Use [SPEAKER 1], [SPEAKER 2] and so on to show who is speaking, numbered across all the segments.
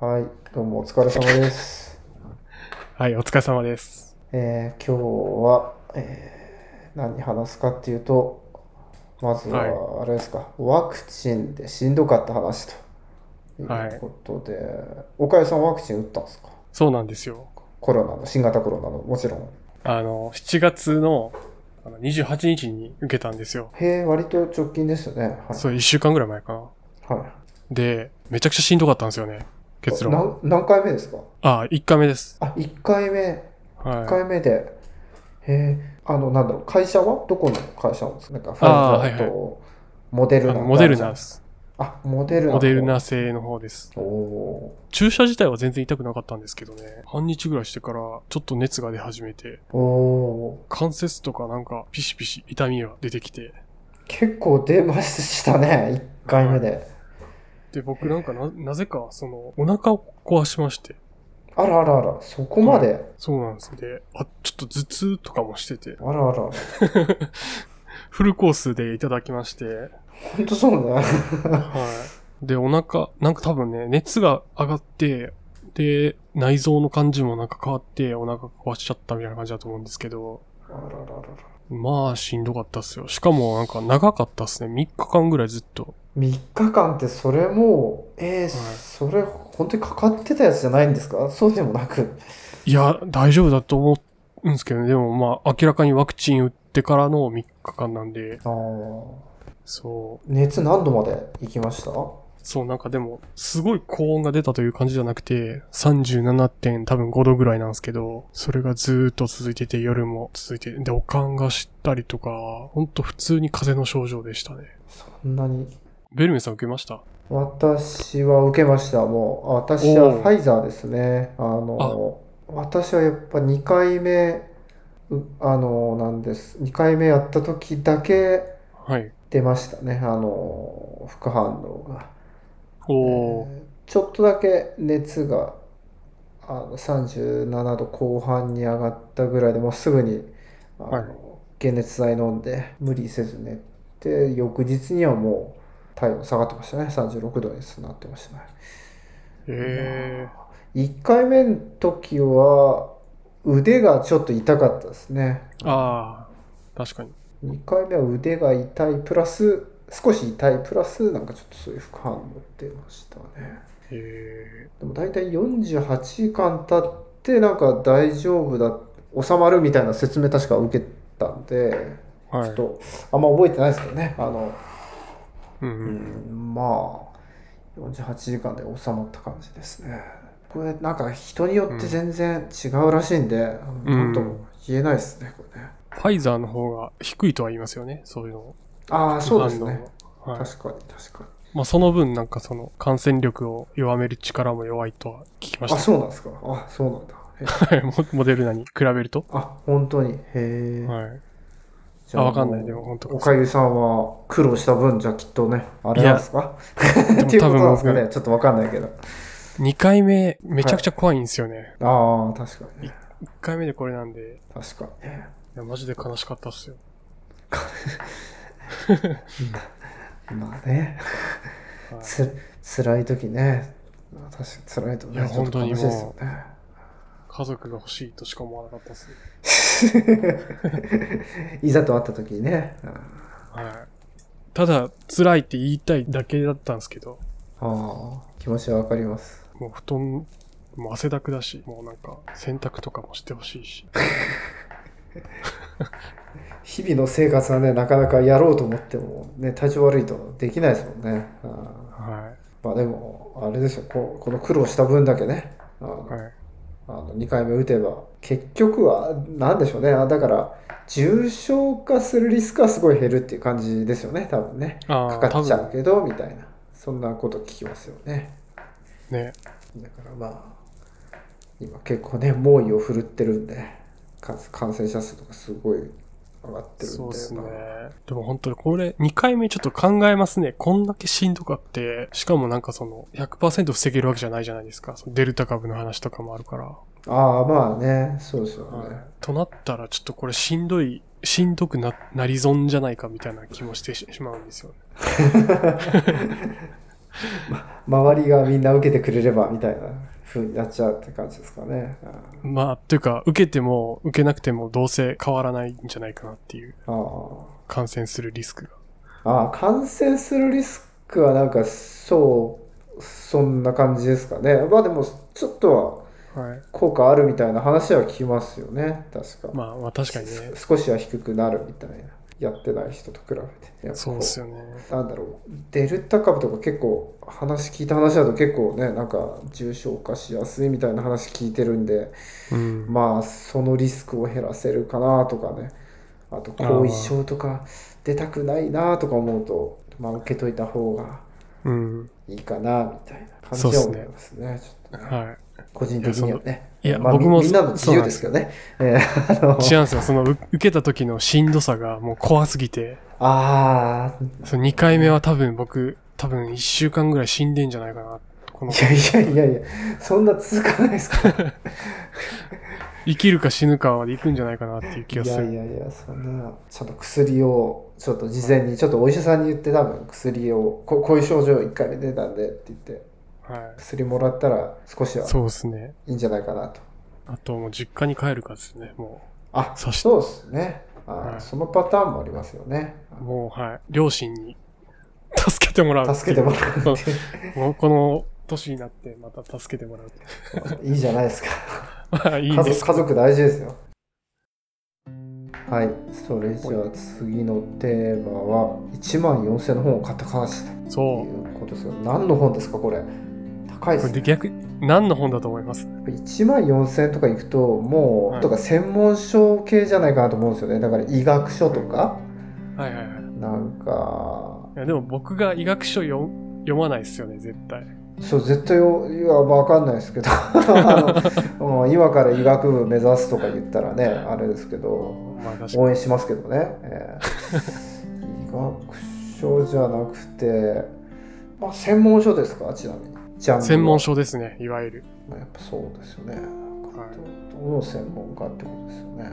[SPEAKER 1] はい、どうもお疲れ様です。
[SPEAKER 2] はい、お疲れ様です。
[SPEAKER 1] えー今日は、えー何話すかっていうと、まずはあれですか、ワクチンでしんどかった話ということで、岡谷さんワクチン打ったんですか
[SPEAKER 2] そうなんですよ。
[SPEAKER 1] コロナの、新型コロナの、もちろん。
[SPEAKER 2] あの、7月のあの28日に受けたんですよ。
[SPEAKER 1] へえ、割と直近ですよね。はい。
[SPEAKER 2] そう、1週間ぐらい前かな。
[SPEAKER 1] は
[SPEAKER 2] で、めちゃくちゃしんどかったんですよね。
[SPEAKER 1] い、
[SPEAKER 2] 結論。
[SPEAKER 1] な何回目ですか
[SPEAKER 2] あ、1回目です。
[SPEAKER 1] あ、1回目、1
[SPEAKER 2] は
[SPEAKER 1] 回目で、へえ、あの、なんだろう、会社はどこの会社なんですかなんか、ファ
[SPEAKER 2] あー
[SPEAKER 1] イザーと、
[SPEAKER 2] はい
[SPEAKER 1] モデル
[SPEAKER 2] い。あ
[SPEAKER 1] ナ
[SPEAKER 2] のモデル
[SPEAKER 1] ってあるじゃん
[SPEAKER 2] ナです。
[SPEAKER 1] あ、モデルナ。
[SPEAKER 2] モデルナ。製の方です。
[SPEAKER 1] おお
[SPEAKER 2] 注射自体は全然痛くなかったんですけどね。半日ぐらいしてから、ちょっと熱が出始めて、
[SPEAKER 1] ー。お
[SPEAKER 2] 関節とかなんかピシピシ痛みが出てきて。
[SPEAKER 1] ー。結構出ましたね、1回目で。
[SPEAKER 2] で、僕なんかな、なぜか、その、お腹を壊しまして。
[SPEAKER 1] あらあらあら、そこまで。
[SPEAKER 2] そうなんです。で、あ、ちょっと頭痛とかもしてて。
[SPEAKER 1] あらあら。
[SPEAKER 2] フルコースでいただきまして、
[SPEAKER 1] ほんとそうね。
[SPEAKER 2] はい。で、お腹、なんか多分ね、熱が上がって、で、内臓の感じもなんか変わって、お腹壊しちゃったみたいな感じだと思うんですけど、
[SPEAKER 1] あらあらあら。
[SPEAKER 2] まあ、しんどかったっすよ。しかも、なんか長かったっすね。3日間ぐらいずっと。
[SPEAKER 1] 3日間ってそれもう、えー、それ本当にかかってたやつじゃないんですかそうでもなく。
[SPEAKER 2] いや、大丈夫だと思うんですけどね。でもまあ、明らかにワクチン打ってからの3日間なんで、
[SPEAKER 1] ああ。
[SPEAKER 2] そう。
[SPEAKER 1] 熱何度まで行きました
[SPEAKER 2] そう、なんかでも、すごい高温が出たという感じじゃなくて、37. 点多分5度ぐらいなんですけど、それがずーっと続いてて、夜も続いて、で、おかんがしたりとか、ほんと普通に風邪の症状でしたね。
[SPEAKER 1] そんなに。
[SPEAKER 2] ベルメさん受けました
[SPEAKER 1] 私は受けました。もう、私はファイザーですね。あの、私はやっぱ2回目、うあの、なんです。2回目やった時だけ
[SPEAKER 2] はい。
[SPEAKER 1] 出ましたね。あの、副反応が。
[SPEAKER 2] おー。
[SPEAKER 1] えーちょっとだけ熱が、あの、37度後半に上がったぐらいでもうすぐに、あの、
[SPEAKER 2] はい
[SPEAKER 1] 解熱剤飲んで、無理せず寝て、翌日にはもう、体温下がってましたね。36度になってましたね。
[SPEAKER 2] え
[SPEAKER 1] 1回目の時は腕がちょっと痛かったですね。
[SPEAKER 2] ー。あー。確かに。
[SPEAKER 1] 2回目は腕が痛いプラス少し痛いプラスなんかちょっとそういう副反応出ましたね。
[SPEAKER 2] え
[SPEAKER 1] でも大体48時間経ってなんか大丈夫だ収まるみたいな説明確か受けたんで
[SPEAKER 2] ー。は
[SPEAKER 1] ちょ
[SPEAKER 2] い
[SPEAKER 1] っ。とあんま覚えてないですけどね。あの
[SPEAKER 2] うんう。
[SPEAKER 1] うんんまあ48時間で収まった感じですねこれなんか人によって全然違うらしいんで、
[SPEAKER 2] うん
[SPEAKER 1] なんとも言えないですねこれね
[SPEAKER 2] ファイザーの方が低いとは言いますよね。そういうの。
[SPEAKER 1] ああそうですね
[SPEAKER 2] 副反応は。はい。
[SPEAKER 1] 確かに確か
[SPEAKER 2] まあ、その分なんかその感染力を弱める力も弱いとは聞きま
[SPEAKER 1] にあ
[SPEAKER 2] し
[SPEAKER 1] そうなんですかあそうなんだへ
[SPEAKER 2] た。はい。モモデルナに比べると。
[SPEAKER 1] あ本当にへえ、
[SPEAKER 2] はい。
[SPEAKER 1] じゃあ
[SPEAKER 2] あわかんないでも本当
[SPEAKER 1] おかゆさんは苦労した分じゃあきっとねあれなんですか っていうことなんですかねちょっとわかんないけど
[SPEAKER 2] 2回目、めちゃくちゃ怖いんですよね。
[SPEAKER 1] ああ確かにね
[SPEAKER 2] 一1回目でこれなんで、
[SPEAKER 1] 確かにね
[SPEAKER 2] いや、マジで悲しかったっすよ。
[SPEAKER 1] まあね
[SPEAKER 2] はい
[SPEAKER 1] つ辛い時ね私辛いと
[SPEAKER 2] い
[SPEAKER 1] ね
[SPEAKER 2] や
[SPEAKER 1] ちょっと
[SPEAKER 2] 本当に
[SPEAKER 1] 悲しいですよ
[SPEAKER 2] も
[SPEAKER 1] ね
[SPEAKER 2] 家族が欲しいとしか思わなかったっす。
[SPEAKER 1] いざと会った時にねうん
[SPEAKER 2] はい。ただ、辛いって言いたいだけだったんですけど、
[SPEAKER 1] ああ気持ちはわかります
[SPEAKER 2] もう布団、もう汗だくだし、もうなんか、洗濯とかもしてほしいし。
[SPEAKER 1] 日々の生活はねなかなかやろうと思ってもね体調悪いとできないですもんねうん
[SPEAKER 2] は
[SPEAKER 1] まあでもあれですよここの苦労した分だけねあの
[SPEAKER 2] い。はい。
[SPEAKER 1] あの2回目打てば結局は何でしょうねあだから重症化するリスクはすごい減るっていう感じですよね多分ね
[SPEAKER 2] ああ、
[SPEAKER 1] かかっちゃ
[SPEAKER 2] 多
[SPEAKER 1] うけどみたいなそんなこと聞きますよね
[SPEAKER 2] 分ね。
[SPEAKER 1] だからまあ今結構ね猛威を振るってるんで感感染者数とかすごい上がってるんで
[SPEAKER 2] そうですね
[SPEAKER 1] まあ。
[SPEAKER 2] でも本当にこれ、2回目ちょっと考えますね。こんだけしんどかって、しかもなんかその、100%防げるわけじゃないじゃないですか。そのデルタ株の話とかもあるから。
[SPEAKER 1] ああまあねそうですよね、
[SPEAKER 2] となったら、ちょっとこれしんどい、しんどくな、なり損じゃないかみたいな気もしてししまうんですよね。
[SPEAKER 1] 周りがみんな受けてくれればみたいな風になっちゃうって感じですかね。
[SPEAKER 2] まあ、というか、受けても、受けなくてもどうせ変わらないんじゃないかなっていう、
[SPEAKER 1] あ
[SPEAKER 2] 感染するリスクが。
[SPEAKER 1] ああ、感染するリスクはなんか、そう、そんな感じですかね。まあでも、ちょっとは
[SPEAKER 2] はい。
[SPEAKER 1] 効果あるみたいな話は聞きますよね、確か。
[SPEAKER 2] まあ、まあ、確かにね。
[SPEAKER 1] す少しは低くなるみたいな。やってない人と比べて。やっぱこ
[SPEAKER 2] そうですよね。
[SPEAKER 1] なんだろうデルタ株とか結構話聞いた話だと結構ねなんか重症化しやすいみたいな話聞いてるんで
[SPEAKER 2] うん。
[SPEAKER 1] まあそのリスクを減らせるかなとかねあと後遺症とか出たくないなとか思うとまあ受けといた方が
[SPEAKER 2] うん。
[SPEAKER 1] いいかなみたいな感じ
[SPEAKER 2] そうっ
[SPEAKER 1] は
[SPEAKER 2] すね
[SPEAKER 1] 思いますねちょっとね
[SPEAKER 2] はい。
[SPEAKER 1] 個人的にはね
[SPEAKER 2] いや
[SPEAKER 1] まあ
[SPEAKER 2] 僕も
[SPEAKER 1] みみんなの自由ですけどね えーあの
[SPEAKER 2] 違うんですよ。その、う受けた時のしんどさがもう怖すぎて、
[SPEAKER 1] ああ
[SPEAKER 2] その2回目は多分僕、多分1週間ぐらい死んでんじゃないかな。この
[SPEAKER 1] い、やいやいやいやそんな続かないですから
[SPEAKER 2] 生きるか死ぬかまで行くんじゃないかなっていう気がする。
[SPEAKER 1] いやいやいやそんなちょっと薬をちょっと事前にちょっとお医者さんに言って多分薬をここういう症状1回目出たんでって言って
[SPEAKER 2] は
[SPEAKER 1] 薬もらったら少し
[SPEAKER 2] い。
[SPEAKER 1] は
[SPEAKER 2] そうですね。
[SPEAKER 1] いいんじゃないかなと
[SPEAKER 2] あともう実家に帰るかですね。も
[SPEAKER 1] あ
[SPEAKER 2] そして
[SPEAKER 1] そうですねあ、
[SPEAKER 2] はい
[SPEAKER 1] そのパターンもありますよね
[SPEAKER 2] う、もうはい。両親に助けてもらうっていう
[SPEAKER 1] 助けてもらうってい
[SPEAKER 2] もうこの年になってまた助けてもらうっていう。
[SPEAKER 1] ういいじゃないですか
[SPEAKER 2] まあ いい
[SPEAKER 1] 家
[SPEAKER 2] んで
[SPEAKER 1] 族
[SPEAKER 2] す
[SPEAKER 1] 家族大事ですよはいそれじゃあ次のテーマは1万4000の本を買った話とい
[SPEAKER 2] そう。
[SPEAKER 1] うことですよ何の本ですかこれ高いで
[SPEAKER 2] こ
[SPEAKER 1] すね
[SPEAKER 2] れで逆に、何の本だと思います
[SPEAKER 1] 1万4000とかいくともう、
[SPEAKER 2] はい
[SPEAKER 1] とか専門書系じゃないかなと思うんですよねだから医学書とか、
[SPEAKER 2] はいはいはい。
[SPEAKER 1] なんか
[SPEAKER 2] いやでも僕が医学書読読まないですよね、絶対。
[SPEAKER 1] そう絶対よいや分かんないですけど あのうん今から医学部目指すとか言ったらねあれですけど
[SPEAKER 2] まあ確か
[SPEAKER 1] 応援しますけどね、え ー医学書じゃなくて、まあ、専門書ですかちなみにジャンルは
[SPEAKER 2] に。専門書ですね、いわゆる。
[SPEAKER 1] まあやっぱそうですよね
[SPEAKER 2] はい
[SPEAKER 1] どどの専門家ってことですよね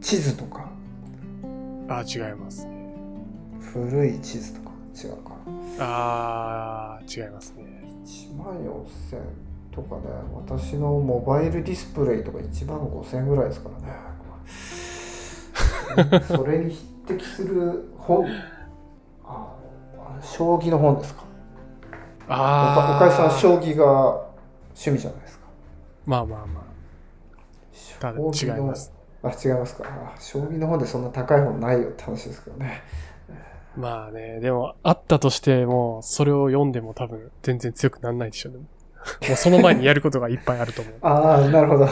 [SPEAKER 1] 地図とか
[SPEAKER 2] あー違いますね。
[SPEAKER 1] 古い地図とか違うかな
[SPEAKER 2] あー違いますね。
[SPEAKER 1] 1万4000とかね私のモバイルディスプレイとか1万5000ぐらいですからね それに匹敵する本ああ将棋の本ですかおかお
[SPEAKER 2] あー
[SPEAKER 1] かゆさん将棋が趣味じゃないですか
[SPEAKER 2] まあまあまあ。ただ違います。
[SPEAKER 1] あ違いますかあ将棋の本でそんな高い本ないよって話ですけどね
[SPEAKER 2] まあね、でも、あったとしても、それを読んでも多分、全然強くならないでしょうね。もうその前にやることがいっぱいあると思う。
[SPEAKER 1] ああ、なるほど。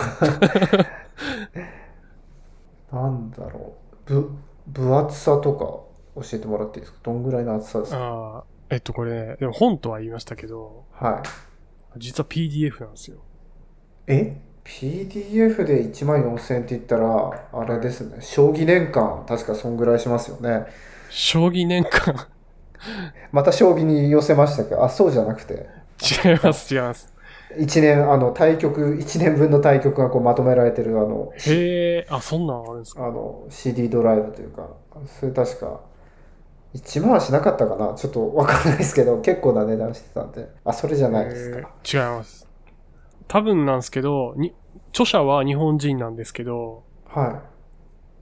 [SPEAKER 1] なんだろう。ぶ、分厚さとか教えてもらっていいですかどんぐらいの厚さですか
[SPEAKER 2] ああ、えっとこれ、ね、でも本とは言いましたけど、
[SPEAKER 1] はい。
[SPEAKER 2] 実は PDF なんですよ。
[SPEAKER 1] え ?PDF で1万4000円って言ったら、あれですね。将棋年間、確かそんぐらいしますよね。
[SPEAKER 2] 将棋年間
[SPEAKER 1] また将棋に寄せましたけど、あ、そうじゃなくて。
[SPEAKER 2] 違います、違います。
[SPEAKER 1] 1年、あの、対局、1年分の対局がこうまとめられてる、あの、
[SPEAKER 2] へえ、あ、そんなんあるんです
[SPEAKER 1] あ
[SPEAKER 2] か
[SPEAKER 1] の CD ドライブというかそれ確か1万はしなかったかなちょっとわかんないですけど結構な値段してたんであそれじゃないですか
[SPEAKER 2] へー違います。多分なんですけど、に、著者は日本人なんですけど、
[SPEAKER 1] はい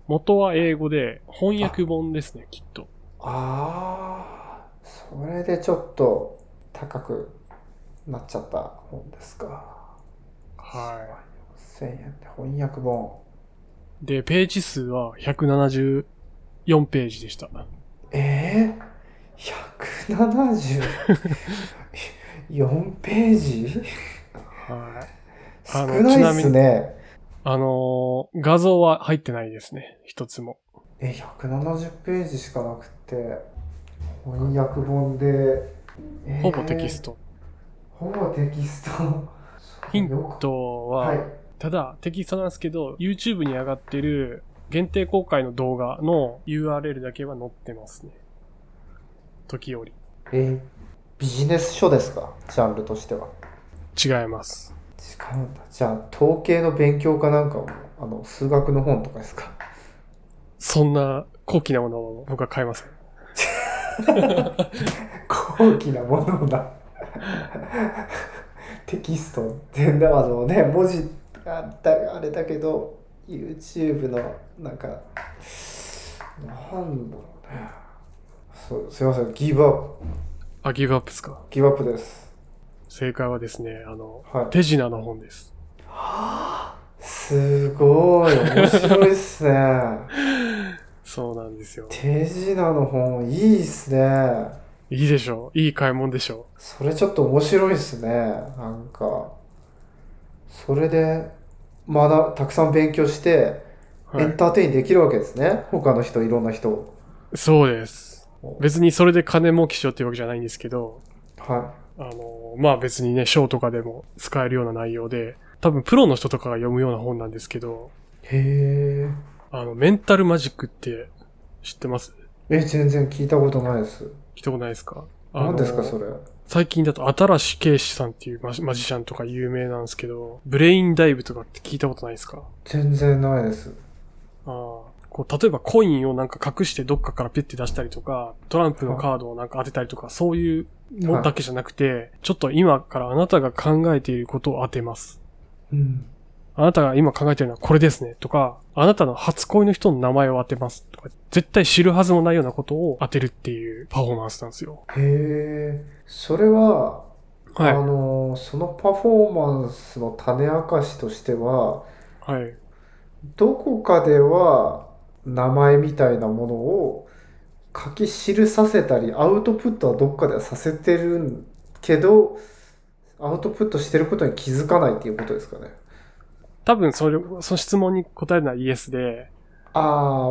[SPEAKER 2] 元は英語で翻訳本ですね、きっと。
[SPEAKER 1] ああそれでちょっと高くなっちゃった本ですか
[SPEAKER 2] は
[SPEAKER 1] 1000円で翻訳本
[SPEAKER 2] い。で、ページ数は174ページでした。
[SPEAKER 1] えー、174ページ
[SPEAKER 2] はい。
[SPEAKER 1] 少
[SPEAKER 2] あの
[SPEAKER 1] ないっすね
[SPEAKER 2] あのー画像は入ってないですね、一つも。
[SPEAKER 1] え、170ページしかなくて、翻訳本で、えー
[SPEAKER 2] ほぼテキス。ト。
[SPEAKER 1] ほぼテキスト。
[SPEAKER 2] ヒントは、
[SPEAKER 1] はい。
[SPEAKER 2] ただテキストなんですけど、YouTube に上がってる限定公開の動画の URL だけは載ってますね。時折。
[SPEAKER 1] えービジネス書ですかジャンルとしては。
[SPEAKER 2] 違います。
[SPEAKER 1] 違うんだ。じゃあ、統計の勉強かなんかも、あの、数学の本とかですか
[SPEAKER 2] そんな高貴なものを僕は買いません。
[SPEAKER 1] 高貴なものだ。 テキストってんだまのね文字がだあれだけど YouTube のなんかなんだろうねそうすいませんギブアップ
[SPEAKER 2] あ、ギブアップですか。
[SPEAKER 1] ギブアップです
[SPEAKER 2] 正解はですね、あの、
[SPEAKER 1] はい
[SPEAKER 2] 手品の本です。
[SPEAKER 1] すごい面白いっすね
[SPEAKER 2] そうなんですよ。
[SPEAKER 1] 手品の本いいっすね
[SPEAKER 2] いいでしょう。いい買い物でしょ
[SPEAKER 1] それちょっと面白いっすねなんかそれでまだたくさん勉強して
[SPEAKER 2] う。は
[SPEAKER 1] エンターテインできるわけですね、他の人いろんな人を
[SPEAKER 2] い。そうです
[SPEAKER 1] お。
[SPEAKER 2] 別にそれで金儲けしようっていうわけじゃないんですけど、
[SPEAKER 1] は
[SPEAKER 2] あの、まあ別にね、ショーとかでも使えるような内容で、多分プロの人とかが読むような本なんですけど、
[SPEAKER 1] いへ
[SPEAKER 2] あの、メンタルマジックって知ってます
[SPEAKER 1] ええ全然聞いたことないです
[SPEAKER 2] 聞いたことないですかあの
[SPEAKER 1] 何ですかそれ
[SPEAKER 2] 最近だと新しい士さんっていうマジマジシャンとか有名なんですけど、ブレインダイブとかって聞いたことないですか
[SPEAKER 1] 全然ないです
[SPEAKER 2] ああこう例えばコインをなんか隠してどっかからピュッて出したりとか、トランプのカードをなんか当てたりとか、そういうもんだけじゃなくて、ちょっと今からあなたが考えていることを当てます。
[SPEAKER 1] うん
[SPEAKER 2] あなたが今考えているのはこれですねとか、あなたの初恋の人の名前を当てますとか、絶対知るはずもないようなことを当てるっていうパフォーマンスなんですよ。
[SPEAKER 1] へえそれは、
[SPEAKER 2] は
[SPEAKER 1] あ
[SPEAKER 2] い。
[SPEAKER 1] のそのパフォーマンスの種明かしとしては
[SPEAKER 2] はい。
[SPEAKER 1] どこかでは名前みたいなものを書き記させたりアウトプットはどっかではさせてるんけどアウトプットしてることに気づかないっていうことですかね。
[SPEAKER 2] 多分それ、その質問に答えるのはイエスで、
[SPEAKER 1] あ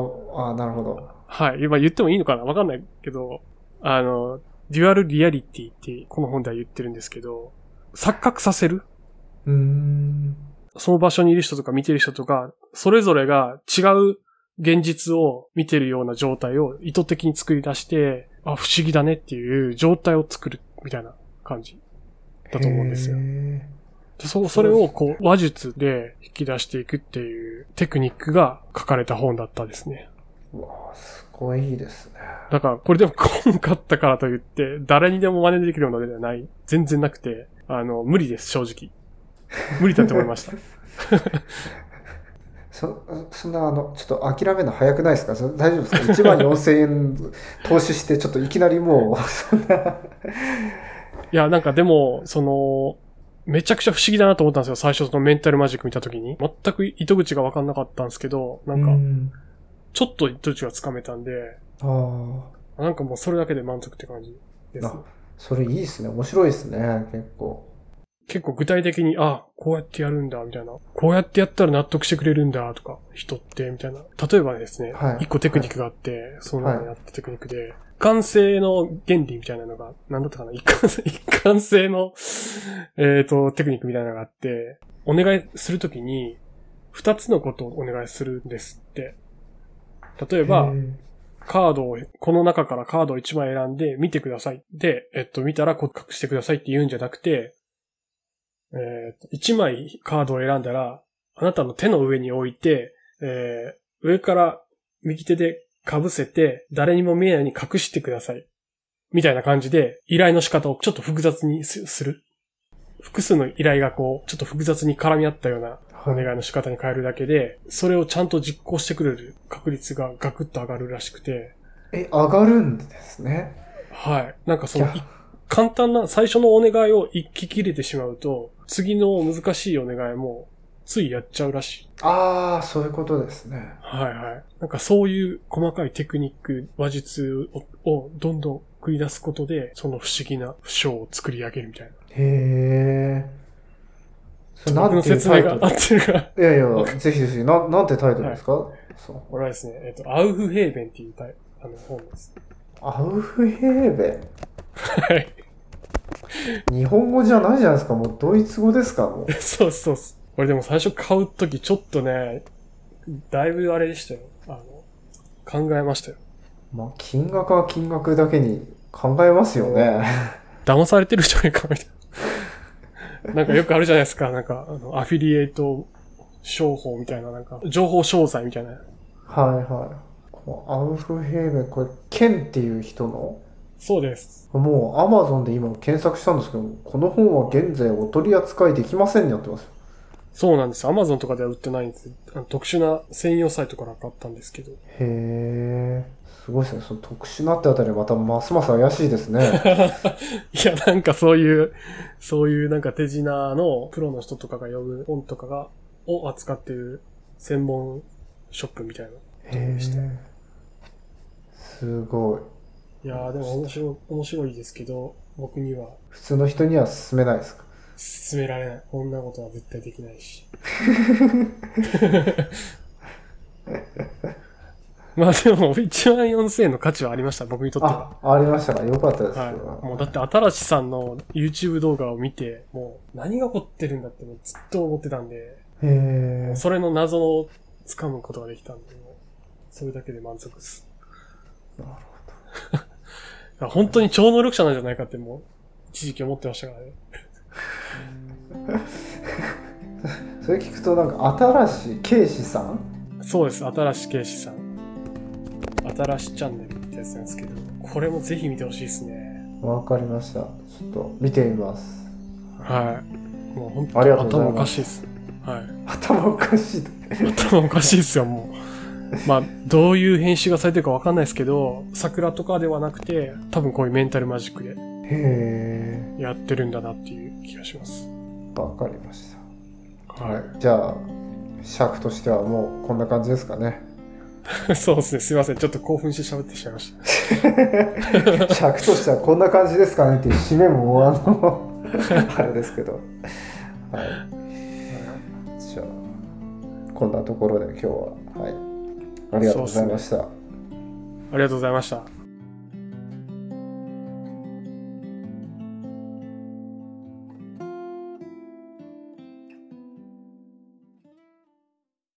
[SPEAKER 1] ーあー、なるほど。
[SPEAKER 2] はい。今言ってもいいのかなわかんないけど、あの、デュアルリアリティってこの本では言ってるんですけど、錯覚させる
[SPEAKER 1] うーん。
[SPEAKER 2] その場所にいる人とか見てる人とか、それぞれが違う現実を見てるような状態を意図的に作り出して、あ、不思議だねっていう状態を作るみたいな感じだと思うんですよ
[SPEAKER 1] へ。え
[SPEAKER 2] でそそれをこう話術で引き出していくっていうテクニックが書かれた本だったですね。
[SPEAKER 1] うわあ、すごいですね。
[SPEAKER 2] だから、これでも今買ったからといって、誰にでも真似できるものではない。全然なくて、あの、無理です、正直。無理だと思いました。
[SPEAKER 1] そそんなあのちょっと諦めるの早くないですかそ大丈夫 ですか1万4000円投資してちょっといきなりもう そんない
[SPEAKER 2] や、なんかでも、その、めちゃくちゃ不思議だなと思ったんですよ。最初そのメンタルマジック見た時に。全く糸口がわかんなかったんですけど、なんか、
[SPEAKER 1] ん
[SPEAKER 2] ちょっと糸口がつかめたんで、
[SPEAKER 1] ああ
[SPEAKER 2] なんかもうそれだけで満足って感じです
[SPEAKER 1] あ。それいいですね面白いですね結構
[SPEAKER 2] 結構具体的に、あ、こうやってやるんだ、みたいな。こうやってやったら納得してくれるんだ、とか、人って、みたいな。例えばですね、一、
[SPEAKER 1] はい
[SPEAKER 2] 個テクニックがあって、その中にあったテクニックで、一貫性の原理みたいなのが、なんだったかな、一貫性、 一貫性の、えっ、と、テクニックみたいなのがあって、お願いするときに、二つのことをお願いするんですって。例えば
[SPEAKER 1] へ、え
[SPEAKER 2] カードを、この中からカードを1枚選んで見てください。で、えっと、見たらこう隠してくださいって言うんじゃなくて、えー、1枚カードを選んだら、あなたの手の上に置いて、えー、上から右手で被せて、誰にも見えないように隠してください。みたいな感じで、依頼の仕方をちょっと複雑にすする。複数の依頼がこう、ちょっと複雑に絡み合ったようなお願いの仕方に変えるだけで、それをちゃんと実行してくれる確率がガクッと上がるらしくて、
[SPEAKER 1] え上がるんですね
[SPEAKER 2] はい。なんかそ
[SPEAKER 1] い
[SPEAKER 2] の
[SPEAKER 1] や、
[SPEAKER 2] い簡単な最初のお願いを一気切れてしまうと、次の難しいお願いもついやっちゃうらしい。
[SPEAKER 1] ああそういうことですね
[SPEAKER 2] はいはい。なんかそういう細かいテクニック、話術ををどんどん繰り出すことで、その不思議な章を作り上げるみたい
[SPEAKER 1] へ
[SPEAKER 2] な。
[SPEAKER 1] えそれ
[SPEAKER 2] 僕
[SPEAKER 1] なん
[SPEAKER 2] の
[SPEAKER 1] ていう
[SPEAKER 2] 説
[SPEAKER 1] タイ
[SPEAKER 2] 明
[SPEAKER 1] ト
[SPEAKER 2] が合ってるから。
[SPEAKER 1] ルいやいやぜひぜひななんてタイトルですか、そう
[SPEAKER 2] これはですね、えっ、と、アウフヘーベンっていうタイあの本です。
[SPEAKER 1] アウフヘーベ
[SPEAKER 2] はい。
[SPEAKER 1] ン日本語じゃないじゃないですかもうドイツ語ですかもう
[SPEAKER 2] そうそうそう。これでも最初買うときちょっとね、だいぶあれでしたよ。あの、考えましたよ。
[SPEAKER 1] まあ、金額は金額だけに考えますよね。
[SPEAKER 2] 騙されてるじゃないか、みたいな。なんかよくあるじゃないですか。なんか、あの、アフィリエイト商法みたいな、なんか、情報商材みたいな。
[SPEAKER 1] はいはい。このアウフヘーベン、これ、ケンっていう人の
[SPEAKER 2] そうです。
[SPEAKER 1] もうアマゾンで今検索したんですけど、この本は現在お取り扱いできませんになってます。
[SPEAKER 2] そうなんです。アマゾンとかでは売ってないんです。あの特殊な専用サイトから買ったんですけど。
[SPEAKER 1] へえ、すごいですね。その特殊なってあたりまたますます怪しいですね。
[SPEAKER 2] いや、なんかそういう、そういうなんか手品のプロの人とかが読む本とかが、を扱ってる専門ショップみたい
[SPEAKER 1] へ
[SPEAKER 2] な。
[SPEAKER 1] え、すごい。
[SPEAKER 2] いやーでも面白い、面白いですけど、僕には
[SPEAKER 1] 普通の人には勧めないですか
[SPEAKER 2] 勧められない。こんなことは絶対できな いし。まあでも、1万4000円の価値はありました、僕にとっては。
[SPEAKER 1] あ、ありましたか。よかったです。
[SPEAKER 2] はい。もうだって、新しさんの YouTube 動画を見て、もう何が起こってるんだってもうずっと思ってたんで、
[SPEAKER 1] へえ、
[SPEAKER 2] それの謎を掴むことができたんで、もうそれだけで満足です。
[SPEAKER 1] なるほど。
[SPEAKER 2] だから本当に超能力者なんじゃないかってもう、一時期思ってましたからね。
[SPEAKER 1] それ聞くとなんか新しい警視さん
[SPEAKER 2] そうです、新し警視さん。新しチャンネルってやつなんですけど、これもぜひ見てほしいですね。
[SPEAKER 1] わかりました。ちょっと見てみます。
[SPEAKER 2] はい。もう本
[SPEAKER 1] あ
[SPEAKER 2] 当
[SPEAKER 1] り
[SPEAKER 2] に
[SPEAKER 1] がとうござ
[SPEAKER 2] 頭
[SPEAKER 1] い
[SPEAKER 2] おか
[SPEAKER 1] ま
[SPEAKER 2] しいです。はい。
[SPEAKER 1] 頭おかしい。
[SPEAKER 2] 頭おかしいですよ、もう。まあ、どういう編集がされてるかわかんないですけど、桜とかではなくて、多分こういうメンタルマジックで
[SPEAKER 1] へ
[SPEAKER 2] やってるんだなっていう気がします。
[SPEAKER 1] え、わかりました。
[SPEAKER 2] は
[SPEAKER 1] じゃあ尺としてはもうこんな感じですかね
[SPEAKER 2] い。 そうですね、すいません。ちょっと興奮して喋ってしまいました。
[SPEAKER 1] 尺としてはこんな感じですかねっていう締めもあのあれですけどはいじゃあこんなところで今日ははいありがとうございました
[SPEAKER 2] ありがとうございました。